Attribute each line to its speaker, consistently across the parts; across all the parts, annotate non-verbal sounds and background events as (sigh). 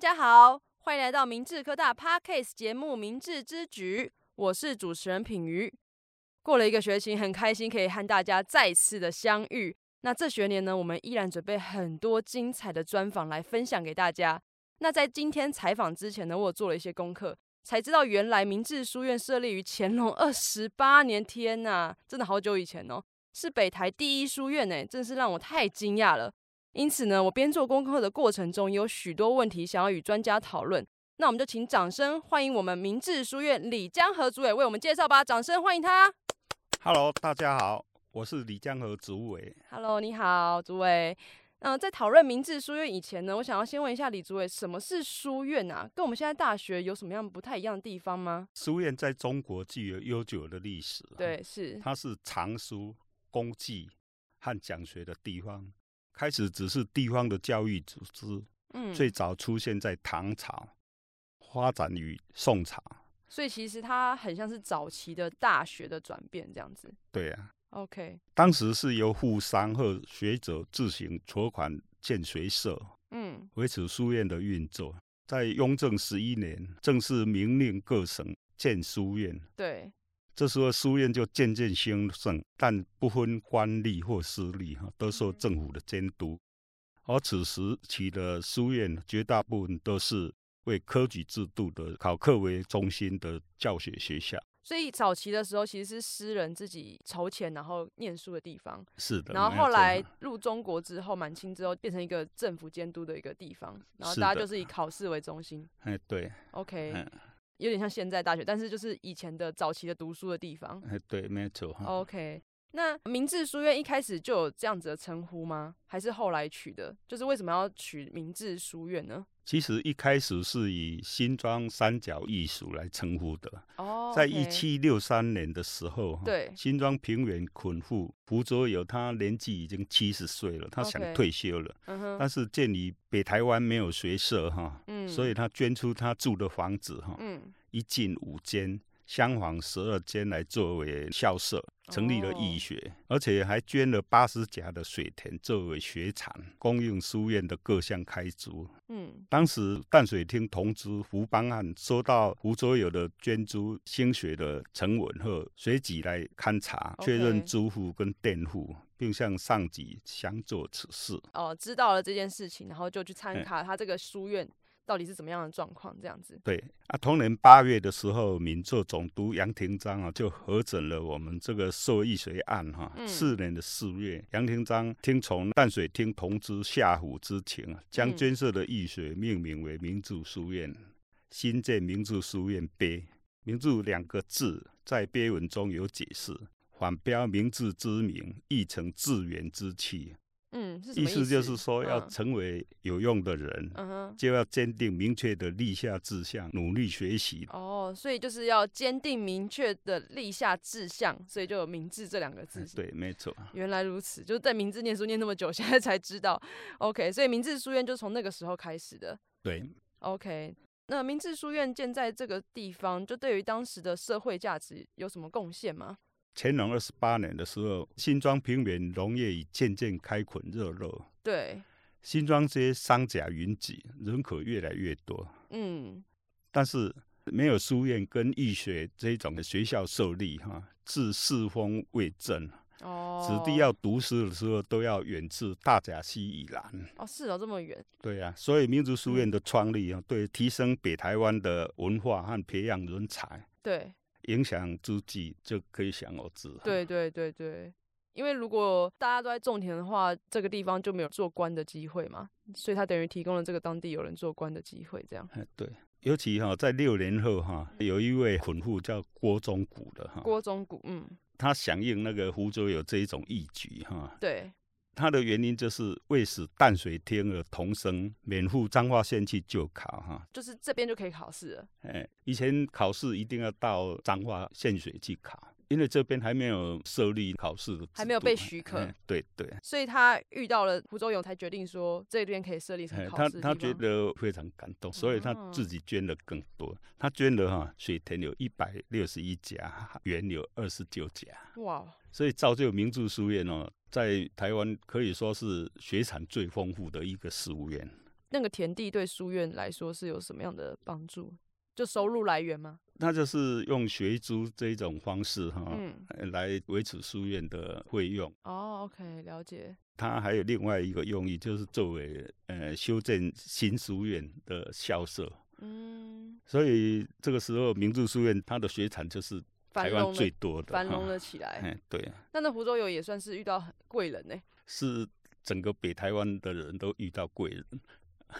Speaker 1: 家好，欢迎来到明治科大 Podcast 节目《明治之举》，我是主持人品瑜。过了一个学期，很开心可以和大家再次的相遇。那这学年呢，我们依然准备很多精彩的专访来分享给大家。那在今天采访之前呢，我有做了一些功课，才知道原来明治书院设立于乾隆二十八年，天呐，真的好久以前哦，是北台第一书院呢，真是让我太惊讶了。因此呢，我边做功课的过程中，也有许多问题想要与专家讨论。那我们就请掌声欢迎我们明治书院李江河主委为我们介绍吧，掌声欢迎他。
Speaker 2: Hello，大家好，我是李江河主委。
Speaker 1: Hello，你好，主委。嗯、在讨论明治书院以前呢，我想要先问一下李主委，什么是书院啊？跟我们现在大学有什么样不太一样的地方吗？
Speaker 2: 书院在中国具有悠久的历史，，
Speaker 1: 对，是
Speaker 2: 它是藏书、公祭和讲学的地方。开始只是地方的教育组织，
Speaker 1: 嗯，
Speaker 2: 最早出现在唐朝，发展于宋朝。
Speaker 1: 所以其实它很像是早期的大学的转变这样子。
Speaker 2: 对啊，
Speaker 1: OK，
Speaker 2: 当时是由富商和学者自行筹款建学社，
Speaker 1: 嗯，
Speaker 2: 维持书院的运作。在雍正十一年，正式明令各省建书院。
Speaker 1: 对，
Speaker 2: 这时候书院就渐渐兴盛，但不分官吏或私利哈，都受
Speaker 1: 嗯
Speaker 2: 政府的监督。而此时期的书院，绝大部分都是为科举制度的考课为中心的教学学校。
Speaker 1: 所以早期的时候其实是诗人自己筹钱然后念书的地方，
Speaker 2: 是的，
Speaker 1: 然后
Speaker 2: 没有
Speaker 1: 后
Speaker 2: 错
Speaker 1: 来入中国之后，满清之后变成一个政府监督的一个地方，然后
Speaker 2: 是
Speaker 1: 大家
Speaker 2: 的
Speaker 1: 就是以考试为中心。
Speaker 2: 哎对，
Speaker 1: OK，、
Speaker 2: 嗯
Speaker 1: 有点像现在大学，但是就是以前的早期的读书的地方。
Speaker 2: 哎对，没有错哈。
Speaker 1: OK，那明治书院一开始就有这样子的称呼吗？还是后来取的？就是为什么要取明治书院呢？
Speaker 2: 其实一开始是以新庄三角艺术来称呼的，
Speaker 1: 哦，
Speaker 2: 在
Speaker 1: OK
Speaker 2: 一，七六三年的时候，哈
Speaker 1: 对
Speaker 2: 新庄平原捆富福州有他年纪已经七十岁了，他想
Speaker 1: OK
Speaker 2: 退休了，
Speaker 1: 嗯哼，
Speaker 2: 但是鉴于北台湾没有学社哈，
Speaker 1: 嗯，
Speaker 2: 所以，他捐出他住的房子哈，
Speaker 1: 嗯，
Speaker 2: 一进五间。厢房十二间来作为校舍，成立了义
Speaker 1: 哦
Speaker 2: 学，而且还捐了八十甲的水田作为学场，供应书院的各项开支。
Speaker 1: 嗯，
Speaker 2: 当时淡水厅同知胡邦汉收到胡卓友的捐助兴学的成文后，随即来勘察，
Speaker 1: OK
Speaker 2: 确认租户跟佃户，并向上级详做此事。
Speaker 1: 哦，知道了这件事情，然后就去参
Speaker 2: 嗯
Speaker 1: 考他这个书院到底是怎么样的状况，这样子。
Speaker 2: 对啊，同年八月的时候，闽浙总督杨廷章啊就核准了我们这个受益水案哈、
Speaker 1: 嗯
Speaker 2: 四年的四月，杨廷章听从淡水厅同知夏虎之请啊，将
Speaker 1: 嗯
Speaker 2: 捐设的义水命名为明治书院，新建明治书院碑。明治两个字在碑文中有解释，反标明治之名，亦成致远之气。
Speaker 1: 嗯，是什
Speaker 2: 意
Speaker 1: 么
Speaker 2: 思就是说，要
Speaker 1: 嗯
Speaker 2: 成为有用的人。
Speaker 1: 嗯哼，
Speaker 2: 就要坚定明确的立下志向，努力学习。
Speaker 1: 哦，所以就是要坚定明确的立下志向，所以就有明智这两个字。，
Speaker 2: 哎对，啊没错，
Speaker 1: 原来如此，就是在明治念书念那么久， (laughs) 现在才知道。OK，所以明治书院就从那个时候开始的。
Speaker 2: 对，
Speaker 1: OK，那明治书院建在这个地方，就对于当时的社会价值有什么贡献吗？
Speaker 2: 乾隆二十八年的时候，新庄平原农业已渐渐开垦热络，
Speaker 1: 对，
Speaker 2: 新庄街商贾云集，人口越来越多，
Speaker 1: 嗯，
Speaker 2: 但是没有书院跟义学这种的学校设立，哈、自世风未正，
Speaker 1: 哦，
Speaker 2: 子弟要读书的时候都要远至大甲溪以南。
Speaker 1: 哦，是哦，这么远，
Speaker 2: 对啊，所以民族书院的创立啊，对提升北台湾的文化和培养人才
Speaker 1: 对，
Speaker 2: 影响之际，就可以想而知。
Speaker 1: 对，对，对，对。因为如果大家都在种田的话，这个地方就没有做官的机会嘛，所以他等于提供了这个当地有人做官的机会，这样。
Speaker 2: 哎，对，尤其哈、在六年后哈、有一位捆户叫郭忠谷的哈、
Speaker 1: 嗯郭中古，嗯，
Speaker 2: 他响应那个湖州有这一种义举哈、
Speaker 1: 对，
Speaker 2: 他的原因就是为使淡水天的童生免赴彰化县去就考哈、
Speaker 1: 就是这边就可以考试了。
Speaker 2: 哎，以前考试一定要到彰化县水去考，因为这边还没有设立考试的制度，
Speaker 1: 还没有被许可
Speaker 2: 哎对对，
Speaker 1: 所以他遇到了胡州勇，才决定说这边可以设立成
Speaker 2: 哎
Speaker 1: 考
Speaker 2: 他
Speaker 1: 试的
Speaker 2: 他
Speaker 1: 地
Speaker 2: 觉
Speaker 1: 方哦
Speaker 2: 得非常感动，所以他自己捐了更多。他捐了哈、水田有一百六十一家，园有二十九家，
Speaker 1: 哇，
Speaker 2: 所以造就明治书院哦，在台湾可以说是学产最丰富的一个书院。
Speaker 1: 那个田地对书院来说是有什么样的帮助？就收入来源吗？
Speaker 2: 那就是用学租这种方式哈、
Speaker 1: 嗯，
Speaker 2: 呃来维持书院的费用。
Speaker 1: 哦，OK，了解。
Speaker 2: 它还有另外一个用意，就是作为呃修正新书院的校舍。
Speaker 1: 嗯，
Speaker 2: 所以这个时候，明治书院它的学产就是
Speaker 1: 繁
Speaker 2: 台
Speaker 1: 荣
Speaker 2: 湾最
Speaker 1: 了，
Speaker 2: 多的，
Speaker 1: 繁荣
Speaker 2: 哈
Speaker 1: 了起来。
Speaker 2: 哎，对啊，
Speaker 1: 那那湖州游也算是遇到很贵人呢、
Speaker 2: 是整个北台湾的人都遇到贵人，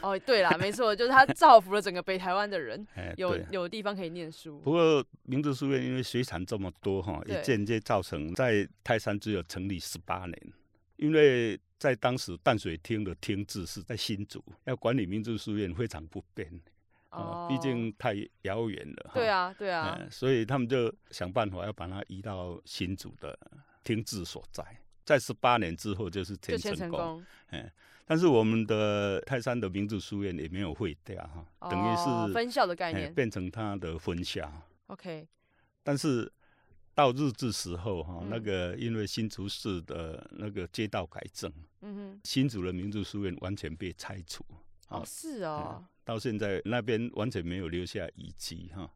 Speaker 1: 哦，对啦，没错，就是他造福了整个北台湾的
Speaker 2: (laughs)
Speaker 1: 人，
Speaker 2: 哎，
Speaker 1: 有
Speaker 2: 对啊。
Speaker 1: 有地方可以念书
Speaker 2: 不。过明治书院因为水产这么多哈，
Speaker 1: 对
Speaker 2: 也间接造成在泰山只有成立十八年，因为在当时淡水厅的厅制是在新竹，要管理明治书院非常不便啊，毕竟太遥远了。
Speaker 1: 哦
Speaker 2: 哈
Speaker 1: 对，啊，对啊，
Speaker 2: 嗯，所以他们就想办法要把它移到新竹的厅治所在。在十八年之后就是
Speaker 1: 就
Speaker 2: 天
Speaker 1: 签
Speaker 2: 成
Speaker 1: 成
Speaker 2: 功，
Speaker 1: 功，
Speaker 2: 但是我们的泰山的明治书院也没有废掉哈，等于
Speaker 1: 哦
Speaker 2: 是、
Speaker 1: 分校的概
Speaker 2: 哎
Speaker 1: 念。
Speaker 2: 变成它的分校。
Speaker 1: OK，
Speaker 2: 但是到日治时候哈、
Speaker 1: 嗯
Speaker 2: 那个因为新竹市的那个街道改正，
Speaker 1: 嗯
Speaker 2: 新竹的民族书院完全被拆除，
Speaker 1: 哼，哦
Speaker 2: 啊
Speaker 1: 是哦，
Speaker 2: 到现在那边完全没有留下遗迹哈。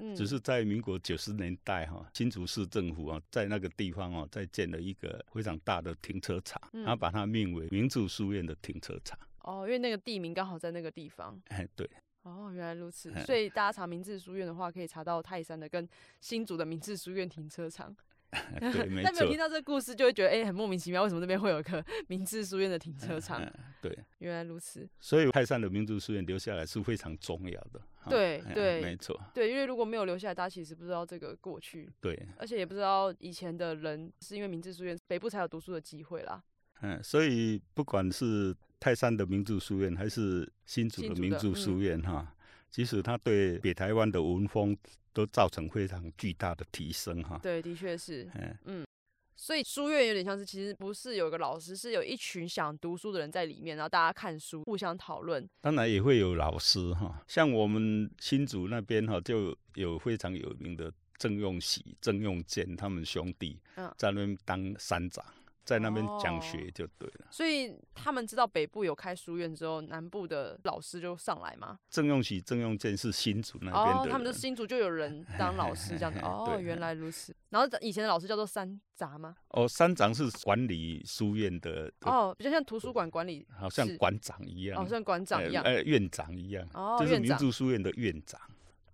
Speaker 1: 嗯，
Speaker 2: 只是在民国九十年代哈、新竹市政府啊，在那个地方哦、再建了一个非常大的停车场，
Speaker 1: 嗯
Speaker 2: 然后把它命为民族书院的停车场。
Speaker 1: 哦，因为那个地名刚好在那个地方。
Speaker 2: 哎，对， (laughs)
Speaker 1: 哦，原来如此，
Speaker 2: 嘿
Speaker 1: 所以大家查明治书院的话，可以查到泰山的跟新竹的明治书院停车场。
Speaker 2: 哎
Speaker 1: (laughs)
Speaker 2: 对，没
Speaker 1: 但没
Speaker 2: 错
Speaker 1: 有听。到这个故事，就会觉得哎、很莫名其妙，为什么那边会有一个明治书院的
Speaker 2: (laughs)
Speaker 1: 停车场？
Speaker 2: 嗯，对，
Speaker 1: 原来如此，
Speaker 2: 所以泰山的民族书院留下来是非常重要的。哈
Speaker 1: 对
Speaker 2: 哎
Speaker 1: 对
Speaker 2: 没错，
Speaker 1: 对，因为如果没有留下来，大家其实不知道这个过去，
Speaker 2: 对。
Speaker 1: 而且也不知道以前的人是因为明治书院北部才有读书的机会啦。
Speaker 2: 嗯，所以不管是泰山的民族书院，还是新竹
Speaker 1: 新
Speaker 2: 的
Speaker 1: 竹
Speaker 2: 民
Speaker 1: 的
Speaker 2: 族
Speaker 1: 嗯
Speaker 2: 书院，哈、其实它对北台湾的文风都造成非常巨大的提升，哈。
Speaker 1: 对，的确是。
Speaker 2: 嗯，
Speaker 1: 所以书院有点像是，其实不是有个老师，是有一群想读书的人在里面，然后大家看书，互相讨论。
Speaker 2: 当然也会有老师哈，像我们新竹那边哈，就有非常有名的郑用喜、郑用健他们兄弟
Speaker 1: 嗯，哦
Speaker 2: 在那边当山长，在那边讲学就对了。
Speaker 1: 所以他们知道北部有开书院之后，南部的老师就上来嘛。
Speaker 2: 郑用喜、郑用健是新竹那边的
Speaker 1: 哦，
Speaker 2: 人，
Speaker 1: 他们就新竹就有
Speaker 2: (laughs)
Speaker 1: 人当老师这样子。
Speaker 2: 嘿嘿嘿
Speaker 1: 哦，
Speaker 2: (laughs) 对
Speaker 1: 原来如此。然后以前的老师叫做山杂吗？
Speaker 2: 哦山长是管理书院的，
Speaker 1: 哦，比较像图书馆管理，
Speaker 2: 好像
Speaker 1: 是
Speaker 2: 馆长一样，
Speaker 1: 哦，像馆长一样。
Speaker 2: 呃，呃院长一样，
Speaker 1: 哦，
Speaker 2: 就是
Speaker 1: 院
Speaker 2: 民
Speaker 1: 长。
Speaker 2: 族书院的院长。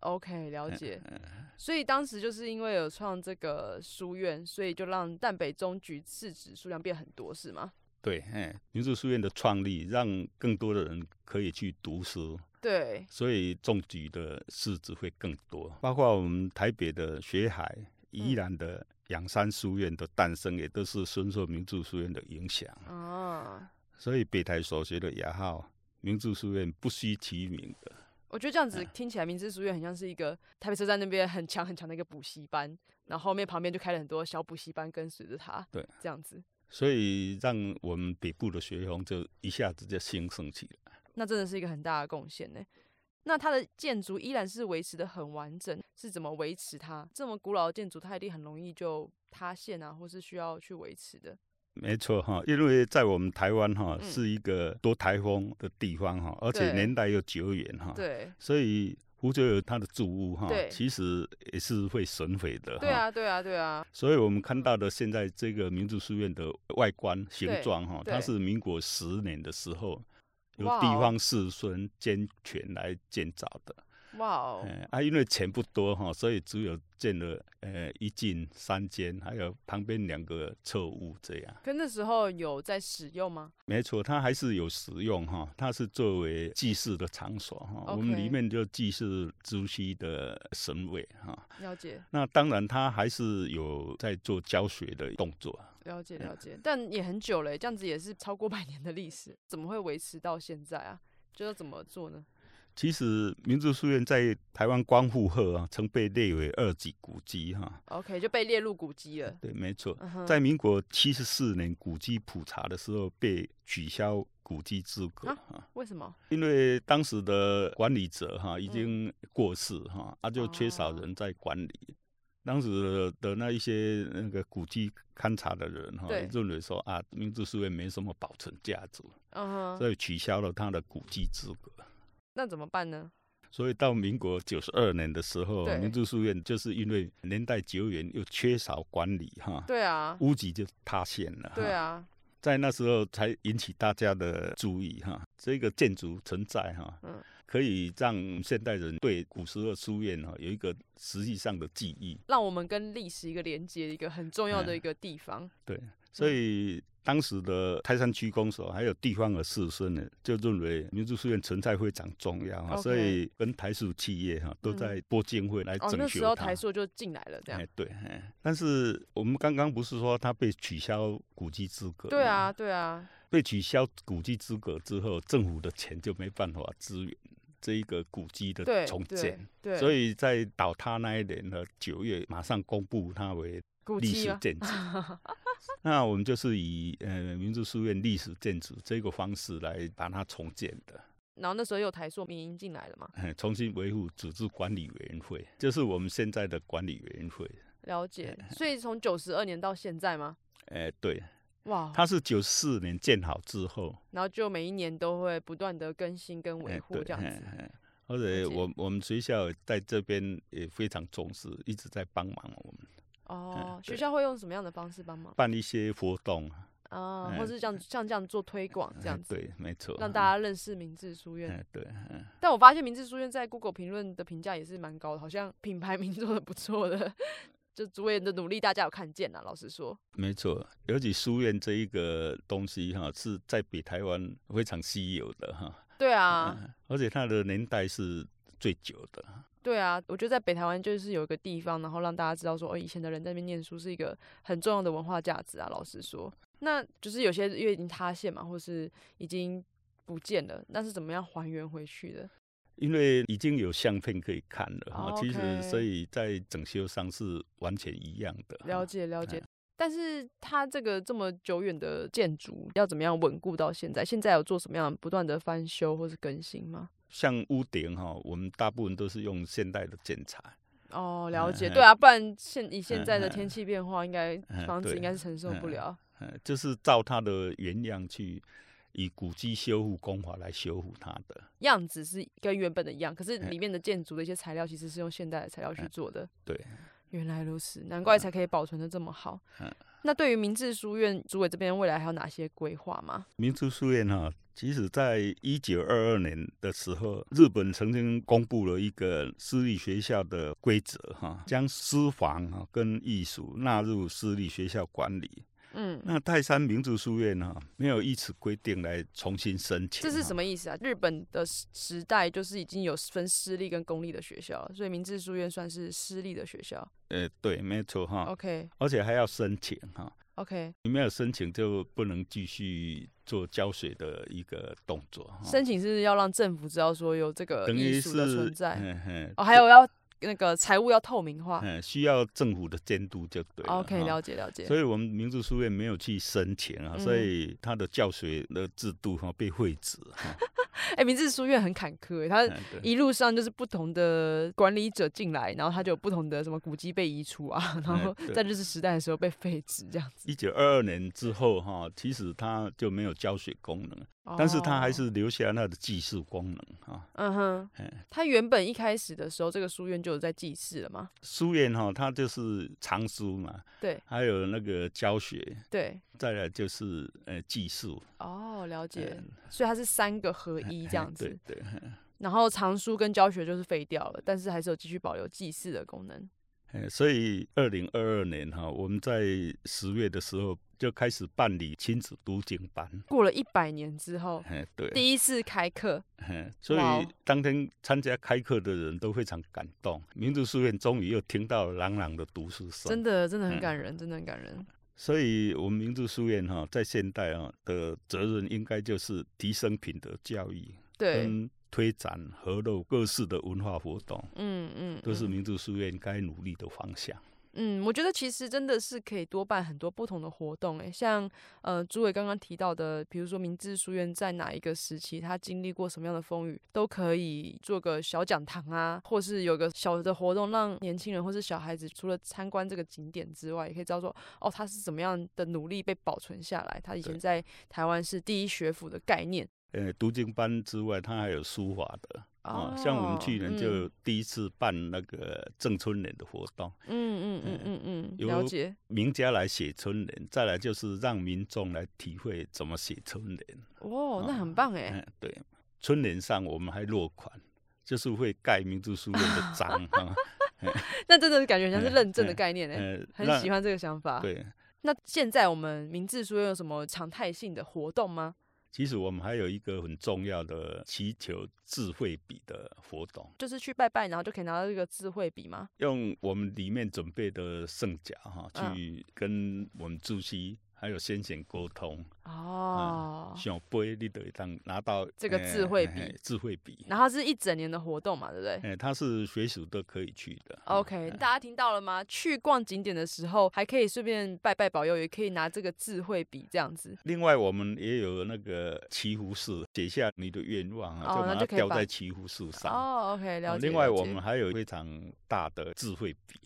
Speaker 1: OK，了解。所以当时就是因为有创这个书院，所以就让淡北中局市值数量变很多，是吗？
Speaker 2: 对，哎，民族书院的创立，让更多的人可以去读书，
Speaker 1: 对，
Speaker 2: 所以中举的师资会更多，包括我们台北的学海、宜兰的仰山书院的诞生，也都是深受民族书院的影响。
Speaker 1: 啊，
Speaker 2: 所以北台所学的雅号，民族书院不虚其名的。
Speaker 1: 我觉得这样子听起来，明治书院很像是一个台北车站那边很强很强的一个补习班，然后后面旁边就开了很多小补习班跟随着它，
Speaker 2: 对，
Speaker 1: 这样子，
Speaker 2: 所以让我们北部的学风就一下子就兴盛起来。
Speaker 1: 那真的是一个很大的贡献呢。那它的建筑依然是维持的很完整，是怎么维持它？这么古老的建筑，它一定很容易就塌陷啊，或是需要去维持的。
Speaker 2: 没错哈，因为在我们台湾哈、
Speaker 1: 嗯
Speaker 2: 是一个多台风的地方哈，而且
Speaker 1: 对
Speaker 2: 年代又久远哈，
Speaker 1: 对，
Speaker 2: 所以湖州有它的住屋哈
Speaker 1: 对，
Speaker 2: 其实也是会损毁的哈。
Speaker 1: 对啊，对啊，对啊，
Speaker 2: 所以我们看到的现在这个民族书院的外观形
Speaker 1: 对
Speaker 2: 状哈，
Speaker 1: 对
Speaker 2: 它是民国十年的时候由
Speaker 1: 哇哦
Speaker 2: 地方士绅捐权来建造的。
Speaker 1: 哇哦，
Speaker 2: 嗯、啊，因为钱不多哈，所以只有建了呃一进三间，还有旁边两个侧屋这样。
Speaker 1: 可那时候有在使用吗？
Speaker 2: 没错，它还是有使用哈，它是作为祭祀的场所哈。我们
Speaker 1: OK
Speaker 2: 里面就祭祀朱熹的神位哈。
Speaker 1: 了解，
Speaker 2: 那当然，它还是有在做教学的动作。
Speaker 1: 了解，
Speaker 2: 嗯
Speaker 1: 了解，但也很久了耶，这样子也是超过百年的历史，怎么会维持到现在啊？就要怎么做呢？
Speaker 2: 其实，民族书院在台湾光复后啊，曾被列为二级古迹哈。
Speaker 1: OK，就被列入古迹了。
Speaker 2: 对，没错，
Speaker 1: 嗯哼，
Speaker 2: 在民国七十四年古迹普查的时候被取消古迹资格
Speaker 1: 啊
Speaker 2: 哈，
Speaker 1: 为什么？
Speaker 2: 因为当时的管理者哈已经过世哈，啊就缺少
Speaker 1: 嗯哦
Speaker 2: 人在管理。当时的那一些那个古迹勘察的人哈
Speaker 1: 对，
Speaker 2: 认为说啊，明治书院没什么保存价值，
Speaker 1: 嗯哼，
Speaker 2: 所以取消了它的古迹资格。
Speaker 1: 那怎么办呢？
Speaker 2: 所以到民国九十二年的时候
Speaker 1: 对，
Speaker 2: 民族书院就是因为年代久远又缺少管理哈，
Speaker 1: 对啊，
Speaker 2: 屋脊就塌陷了。
Speaker 1: 对
Speaker 2: 哈， (laughs)
Speaker 1: 啊，
Speaker 2: 在那时候才引起大家的注意哈，这个建筑存在哈
Speaker 1: 嗯，
Speaker 2: 可以让现代人对古时候书院哈有一个实际上的记忆。
Speaker 1: 让我们跟历史一个连接，一个很重要的
Speaker 2: 嗯
Speaker 1: 一个地方。
Speaker 2: 对，所以当时的台山区公所还有地方的士绅呢，就认为民族书院存在非常重要啊，
Speaker 1: OK
Speaker 2: 所以跟台塑企业哈、都
Speaker 1: 嗯
Speaker 2: 在拨经费来
Speaker 1: 哦，那
Speaker 2: 整
Speaker 1: 时候
Speaker 2: 修它。
Speaker 1: 台塑就进来了，这样
Speaker 2: 哎。，对，哎，但是我们刚刚不是说它被取消古迹资格？
Speaker 1: 对啊，，对啊，
Speaker 2: 被取消古迹资格之后，政府的钱就没办法支援这一个古迹
Speaker 1: 对
Speaker 2: 的重
Speaker 1: 对
Speaker 2: 建，
Speaker 1: 对，
Speaker 2: 所以在倒塌那一年的九月，马上公布它为
Speaker 1: 古
Speaker 2: 历
Speaker 1: 迹
Speaker 2: 史
Speaker 1: 啊，(laughs)
Speaker 2: 建筑。那我们就是以呃民族书院历史建筑这个方式来把它重建的， (laughs)
Speaker 1: 然后那时候又台塑民营进来了嘛，
Speaker 2: 哎重新维护组织管理委员会，就是我们现在的管理委员会。
Speaker 1: 了解。所以从九十二年到现在吗？
Speaker 2: 哎，对，
Speaker 1: 哇，
Speaker 2: 它是九四年建好之后，
Speaker 1: 然后就每一年都会不断的更新跟维
Speaker 2: 哎
Speaker 1: 护这样子。
Speaker 2: 哎哎或者
Speaker 1: 了解
Speaker 2: 我我们学校在这边也非常重视，一直在帮忙我们
Speaker 1: 哦，学
Speaker 2: 对
Speaker 1: 校会用什么样的方式帮忙
Speaker 2: 办一些活动啊，
Speaker 1: 啊？
Speaker 2: 哎
Speaker 1: 或是这样像这样做推广这
Speaker 2: 哎
Speaker 1: 样子，
Speaker 2: 对，嗯没错，
Speaker 1: 让大家认识明治书院。
Speaker 2: 哎对，哎
Speaker 1: 但我发现明治书院在 Google 评论的评价也是蛮高的，好像品牌名做的不错的， (laughs) 就主演的努力大家有看见啦。老实说，
Speaker 2: 没错，尤其书院这一个东西哈，是在北台湾非常稀有的哈。
Speaker 1: 对啊，
Speaker 2: 嗯而且它的年代是最久的。
Speaker 1: 对啊，我觉得在北台湾就是有一个地方，然后让大家知道说，哦，以前的人在那边念书是一个很重要的文化价值啊。老实说，那就是有些因为已经塌陷嘛，或是已经不见了，那是怎么样还原回去的？
Speaker 2: 因为已经有相片可以看了哈
Speaker 1: 哦
Speaker 2: 其实
Speaker 1: OK
Speaker 2: 所以在整修上是完全一样的哈。
Speaker 1: 了解了解。但是它这个这么久远的建筑要怎么样稳固到现在？现在有做什么样不断的翻修或是更新
Speaker 2: 嗯
Speaker 1: 吗？
Speaker 2: 像屋顶哈，我们大部分都是用现代的建材，
Speaker 1: 哦，了解。
Speaker 2: 嗯
Speaker 1: 对啊，不然现以现
Speaker 2: 嗯
Speaker 1: 在的
Speaker 2: 嗯
Speaker 1: 天气变化，应该
Speaker 2: 嗯
Speaker 1: 房子
Speaker 2: 对
Speaker 1: 应该是承受不
Speaker 2: 嗯
Speaker 1: 了。
Speaker 2: 呃，就是照它的原样去以古迹修复工法来修复它的。
Speaker 1: 样子是跟原本的一样，可是
Speaker 2: 哎
Speaker 1: 里面的建筑的一些材料其实是用现代的材料去
Speaker 2: 哎
Speaker 1: 做的。
Speaker 2: 对，
Speaker 1: 原来如此，难怪才可以保存的这么好
Speaker 2: 嗯。
Speaker 1: 那对于明治书院主委这边未来还有哪些规划吗？
Speaker 2: 民族书院哈、其实在一九二二年的时候，日本曾经公布了一个私立学校的规则哈、将私房哈、跟艺术纳入私立学校管理。
Speaker 1: 嗯，
Speaker 2: 那泰山民族书院哈、没有依此规定来重新申请、
Speaker 1: 这是什
Speaker 2: 么？
Speaker 1: 么意思啊？日本的时时代就是已经有分私立跟公立的学校了，所以明治书院算是私立的学校。
Speaker 2: 呃，对，没错哈、
Speaker 1: OK
Speaker 2: 而且还要申请哈、
Speaker 1: OK，
Speaker 2: 你没有申请就不能继续做教学的一个动作哈、
Speaker 1: 申请是要让政府知道说有这个
Speaker 2: 等于
Speaker 1: 艺
Speaker 2: 是
Speaker 1: 术的存在
Speaker 2: 嗯嗯，
Speaker 1: 哦，还有要那个财务要透明化。
Speaker 2: 嗯，需要政府的监督就对了啊
Speaker 1: OK，
Speaker 2: 哈
Speaker 1: 哦了解了解。
Speaker 2: 所以我们民族书院没有去申请啊，
Speaker 1: 嗯
Speaker 2: 所以他的教学的制度哈、被废止
Speaker 1: (laughs)
Speaker 2: 哈。
Speaker 1: 哎、明治书院很坎坷，欸它
Speaker 2: 嗯对
Speaker 1: 一路上就是不同的管理者进来，然后他就有不同的什么古迹被移除啊， (laughs) 然后
Speaker 2: 哎对
Speaker 1: 在日治时代的时候被废止这样子。
Speaker 2: 一九二二年之后哈、其实它就没有教学功能，但是它还
Speaker 1: 哦，
Speaker 2: 是留下它的技术功能哈、
Speaker 1: 嗯哼
Speaker 2: 哎，
Speaker 1: 他原本一开始的时候，这个书院就有在祭祀了嘛？
Speaker 2: 书院哈、它就是藏书嘛，
Speaker 1: 对
Speaker 2: 还有那个教学，
Speaker 1: 对，
Speaker 2: 再来就是呃技术
Speaker 1: 哦，了解，
Speaker 2: 嗯
Speaker 1: 所以它是三个合一这样子。
Speaker 2: 对对，
Speaker 1: 然后藏书跟教学就是废掉了，但是还是有继续保留祭祀的功能。
Speaker 2: 呃所以二零二二年哈、我们在十月的时候就开始办理亲子读经班，
Speaker 1: 过了一百年之后，
Speaker 2: 哎对，
Speaker 1: 第一次开课，
Speaker 2: 嗯，所
Speaker 1: 哇
Speaker 2: 以
Speaker 1: 哦
Speaker 2: 当天参加开课的人都非常感动，民族书院终于又听到朗朗的读书声。
Speaker 1: 真的真的很
Speaker 2: 嗯
Speaker 1: 感人，真的很感人。
Speaker 2: 所以我们民族书院哈、在现代啊的责任应该就是提升品德教育，
Speaker 1: 对，
Speaker 2: 跟推展合奏各式的文化活动，
Speaker 1: 嗯嗯，
Speaker 2: 都是
Speaker 1: 嗯
Speaker 2: 民族书院该努力的方向。
Speaker 1: 嗯，我觉得其实真的是可以多办很多不同的活动，诶，像呃朱伟刚刚提到的，比如说明治书院在哪一个时期，他经历过什么样的风雨，都可以做个小讲堂啊，或是有个小的活动，让年轻人或是小孩子除了参观这个景点之外，也可以知道说，哦，他是怎么样的努力被保存下来，他以前
Speaker 2: 对
Speaker 1: 在台湾是第一学府的概念。
Speaker 2: 呃，读经班之外，它还有书法的啊、像我们去
Speaker 1: 哦
Speaker 2: 年就第一次办那个郑春联的活动，
Speaker 1: 嗯嗯嗯嗯嗯嗯，
Speaker 2: 有
Speaker 1: 了解
Speaker 2: 名家来写春联，再来就是让民众来体会怎么写春联。
Speaker 1: 哦，那很棒诶。
Speaker 2: 嗯，对，春联上我们还落款，就是会盖民族书院的
Speaker 1: (laughs)
Speaker 2: 章哈。
Speaker 1: 那真的是感觉很像是
Speaker 2: 嗯
Speaker 1: 认证的
Speaker 2: 嗯
Speaker 1: 概念诶。欸
Speaker 2: 呃，
Speaker 1: 很
Speaker 2: 让
Speaker 1: 喜欢啊这个想法。
Speaker 2: 对，
Speaker 1: 那现在我们明治书院有什么常态性的活动吗？
Speaker 2: 其实我们还有一个很重要的祈求智慧笔的活动，
Speaker 1: 就是去拜拜，然后就可以拿到这个智慧笔吗？
Speaker 2: 用我们里面准备的圣甲哈，
Speaker 1: 嗯
Speaker 2: 去跟我们主席还有先贤沟通，
Speaker 1: 哦，
Speaker 2: 想杯你得当拿到
Speaker 1: 这个
Speaker 2: 呃
Speaker 1: 智慧
Speaker 2: 嘿嘿
Speaker 1: 笔嗯
Speaker 2: 智慧笔，
Speaker 1: 然后是一整年的活动嘛，对不对？
Speaker 2: 哎、它是随时都可以去的。哈
Speaker 1: OK，大家听到了吗？去逛景点的时候，还可以顺便拜拜保佑，也可以拿这个智慧笔这样子。
Speaker 2: 另外，我们也有那个祈福士，写下你的愿望
Speaker 1: 哦
Speaker 2: 啊，就
Speaker 1: 那
Speaker 2: 把
Speaker 1: 就
Speaker 2: 它
Speaker 1: 可以
Speaker 2: 吊
Speaker 1: 把
Speaker 2: 在祈福树上。
Speaker 1: 哦，OK，
Speaker 2: 啊
Speaker 1: 了解。
Speaker 2: 另外，
Speaker 1: 了解嗯
Speaker 2: 我们还有非常大的智慧笔，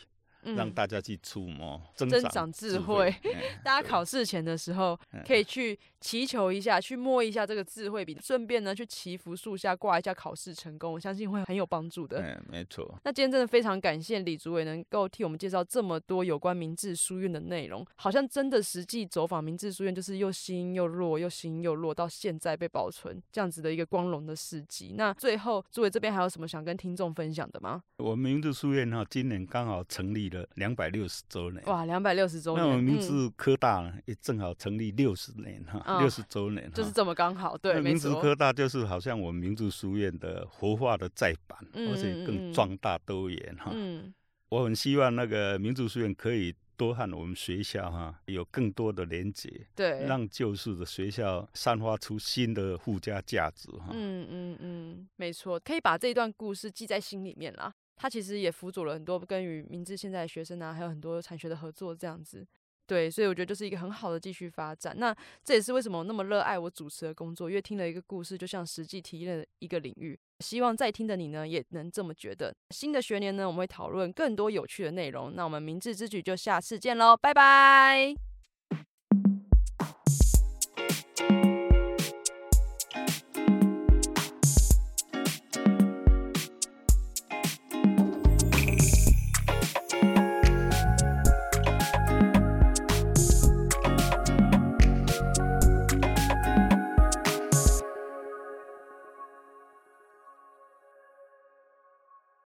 Speaker 2: 让大家去触摸、增
Speaker 1: 增长
Speaker 2: 长
Speaker 1: 智
Speaker 2: 慧。
Speaker 1: (laughs) 嗯、
Speaker 2: 哎
Speaker 1: 大家
Speaker 2: 对
Speaker 1: 考试前的时候，
Speaker 2: 嗯
Speaker 1: 可以去祈求一下，去摸一下这个智慧笔，顺便呢去祈福树下挂一下考试成功，我相信会很有帮助的。
Speaker 2: 嗯，没错，
Speaker 1: 那今天真的非常感谢李主委能够替我们介绍这么多有关明治书院的内容，好像真的实际走访明治书院，就是又新又弱，又新又弱，到现在被保存这样子的一个光荣的事迹。那最后，主委这边还有什么想跟听众分享的吗？
Speaker 2: 我们明治书院哈、今年刚好成立了两百六十周年。
Speaker 1: 哇，两百六十周
Speaker 2: 哎那我
Speaker 1: 年，
Speaker 2: 们明
Speaker 1: 嗯、
Speaker 2: 治科大呢，也正好成立六十年哈，
Speaker 1: 嗯
Speaker 2: 六十周年哈。
Speaker 1: 就是这么刚好，对，
Speaker 2: 那
Speaker 1: 没
Speaker 2: 明治
Speaker 1: 错，
Speaker 2: 科大就是好像我们明治书院的活化的再版，
Speaker 1: 嗯
Speaker 2: 而
Speaker 1: 嗯
Speaker 2: 且
Speaker 1: 嗯嗯
Speaker 2: 更壮大多元哈。
Speaker 1: 嗯
Speaker 2: 我很希望那个民族书院可以多和我们学校哈、有更多的连接，
Speaker 1: 对，
Speaker 2: 让旧式的学校散发出新的附加价值哈、
Speaker 1: 嗯嗯嗯，没错，可以把这一段故事记在心里面啦。它其实也辅佐了很多跟于明治现在的学生啊，还有很多产学的合作这样子。对，所以我觉得就是一个很好的继续发展。那这也是为什么我那么热爱我主持的工作，因为听了一个故事，就像实际体验了一个领域。希望在听的你呢，也能这么觉得。新的学年呢，我们会讨论更多有趣的内容。那我们明智之举就下次见喽，拜拜。